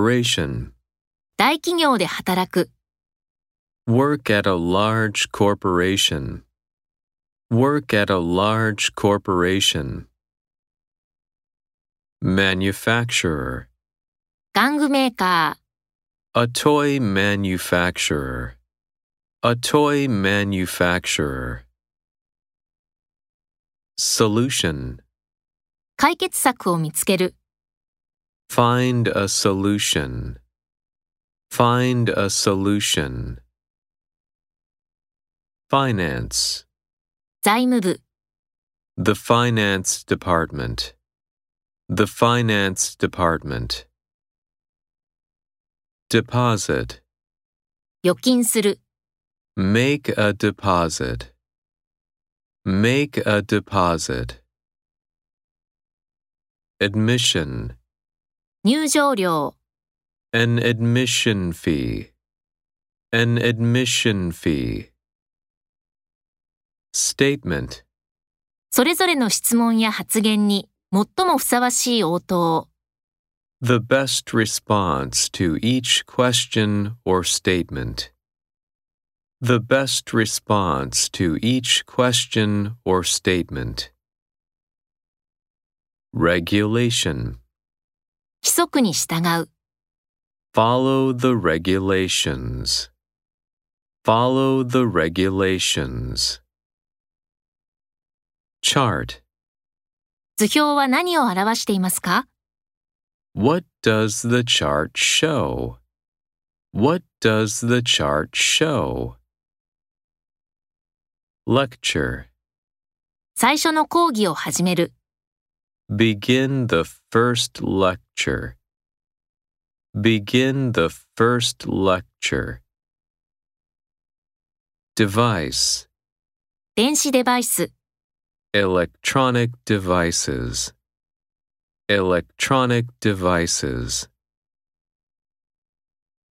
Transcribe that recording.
corporation. 大企業で働く、 Work at a large corporation. Work at a large corporation. Manufacturer. 玩具メーカ A toy manufacturer. A toy manufacturer. Solution. ー、解決策を見つける、 Find a solution. Find a solution. Finance. 財務部、 The Finance Department. The Finance Department. Deposit. 預金する、 Make a deposit. Make a deposit. Admission. 入場料、 An admission fee. An admission fee. Statement. それぞれの質問や発言に最もふさわしい応答、 The best response to each question or statement. The best response to each question or statement. Regulation. 規則に従う、 Follow the regulations. Follow the regulations. Chart. 図表は何を表していますか What does the chart show? What does the chart show? Lecture. 最初の講義を始める、 Begin the first lecture. Begin the first lecture. Device. 電子デバイス、 Electronic devices. Electronic devices.